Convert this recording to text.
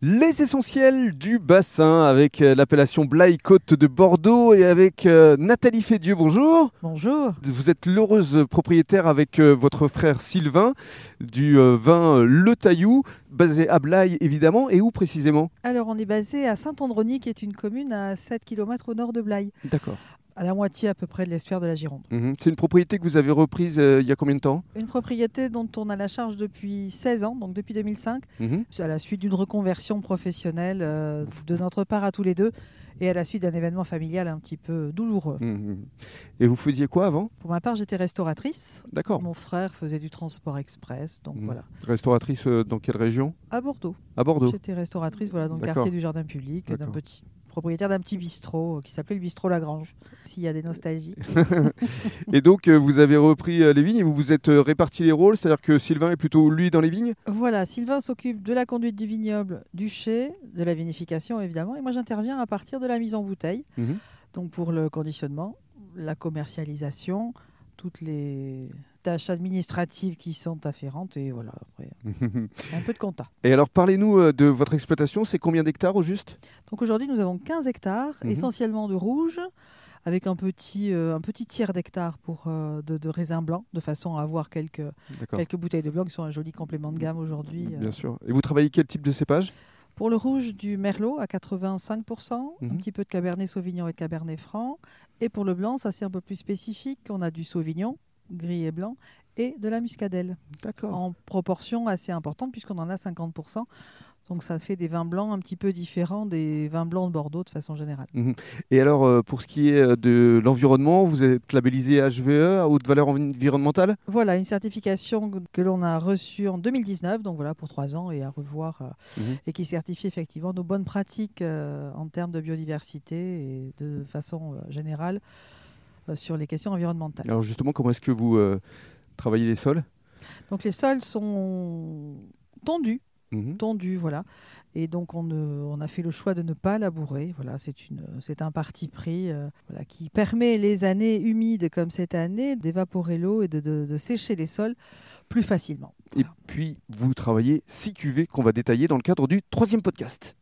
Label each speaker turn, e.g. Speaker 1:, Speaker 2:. Speaker 1: Les essentiels du bassin avec euh, l'appellation Blaye-Côte de Bordeaux et avec euh, Nathalie Fédieu. Bonjour.
Speaker 2: Bonjour.
Speaker 1: Vous êtes l'heureuse propriétaire avec euh, votre frère Sylvain du euh, vin euh, Le Taillou, basé à Blaye évidemment. Et où précisément
Speaker 2: Alors, on est basé à Saint-Androny, qui est une commune à 7 km au nord de Blaye,
Speaker 1: D'accord.
Speaker 2: à la moitié à peu près de l'estuaire de la Gironde.
Speaker 1: Mhm. C'est une propriété que vous avez reprise euh, il y a combien de temps
Speaker 2: Une propriété dont on a la charge depuis 16 ans, donc depuis 2005,
Speaker 1: Mhm.
Speaker 2: C'est à la suite d'une reconversion professionnelle euh, de notre part à tous les deux et à la suite d'un événement familial un petit peu douloureux.
Speaker 1: Mhm. Et vous faisiez quoi avant
Speaker 2: Pour ma part, j'étais restauratrice.
Speaker 1: D'accord.
Speaker 2: Mon frère faisait du transport express, donc
Speaker 1: Mhm.
Speaker 2: voilà.
Speaker 1: Restauratrice euh, dans quelle région
Speaker 2: À Bordeaux,
Speaker 1: À Bordeaux.
Speaker 2: j'étais restauratrice voilà, dans le
Speaker 1: D'accord.
Speaker 2: quartier du jardin public, d'un
Speaker 1: D'accord.
Speaker 2: petit propriétaire d'un petit bistrot euh, qui s'appelait le bistrot Lagrange, s'il y a des nostalgies.
Speaker 1: Et donc euh, vous avez repris euh, les vignes et vous vous êtes euh, répartis les rôles, c'est-à-dire que Sylvain est plutôt lui dans les vignes
Speaker 2: Voilà, Sylvain s'occupe de la conduite du vignoble, du chai, de la vinification évidemment, et moi j'interviens à partir de la mise en bouteille,
Speaker 1: Mhm.
Speaker 2: donc pour le conditionnement, la commercialisation, toutes les tâches administratives qui sont afférentes, et voilà, après, un peu de compta.
Speaker 1: Et alors, parlez-nous euh, de votre exploitation. C'est combien d'hectares au juste
Speaker 2: Donc aujourd'hui nous avons 15 hectares,
Speaker 1: Mhm.
Speaker 2: essentiellement de rouge, avec un petit, euh, un petit tiers d'hectare pour, euh, de, de raisin blanc, de façon à avoir quelques,
Speaker 1: D'accord.
Speaker 2: quelques bouteilles de blanc qui sont un joli complément de gamme aujourd'hui. euh,
Speaker 1: Bien sûr. Et vous travaillez quel type de cépage
Speaker 2: Pour le rouge du Merlot à 85%, un
Speaker 1: Mhm.
Speaker 2: petit peu de Cabernet Sauvignon et de Cabernet Franc. Et pour le blanc, ça c'est un peu plus spécifique. On a du Sauvignon, gris et blanc, et de la Muscadelle,
Speaker 1: D'accord.
Speaker 2: en proportion assez importante puisqu'on en a 50%. Donc ça fait des vins blancs un petit peu différents des vins blancs de Bordeaux de façon générale.
Speaker 1: Et alors, euh, pour ce qui est euh, de l'environnement, vous êtes labellisé HVE, à haute valeur envi- environnementale
Speaker 2: Voilà, une certification que l'on a reçue en 2019, donc voilà pour trois ans et à revoir, euh,
Speaker 1: Mhm.
Speaker 2: et qui certifie effectivement nos bonnes pratiques euh, en termes de biodiversité et de façon euh, générale euh, sur les questions environnementales.
Speaker 1: Alors, justement, comment est-ce que vous euh, travaillez les sols
Speaker 2: Donc les sols sont tendus,
Speaker 1: Mhm.
Speaker 2: tendus, voilà, et donc on, ne- on a fait le choix de ne pas labourer. Voilà, c'est une- c'est un parti pris euh, voilà, qui permet les années humides comme cette année d'évaporer l'eau et de- de- de sécher les sols plus facilement.
Speaker 1: Et puis, vous travaillez 6 cuvées qu'on va détailler dans le cadre du troisième podcast.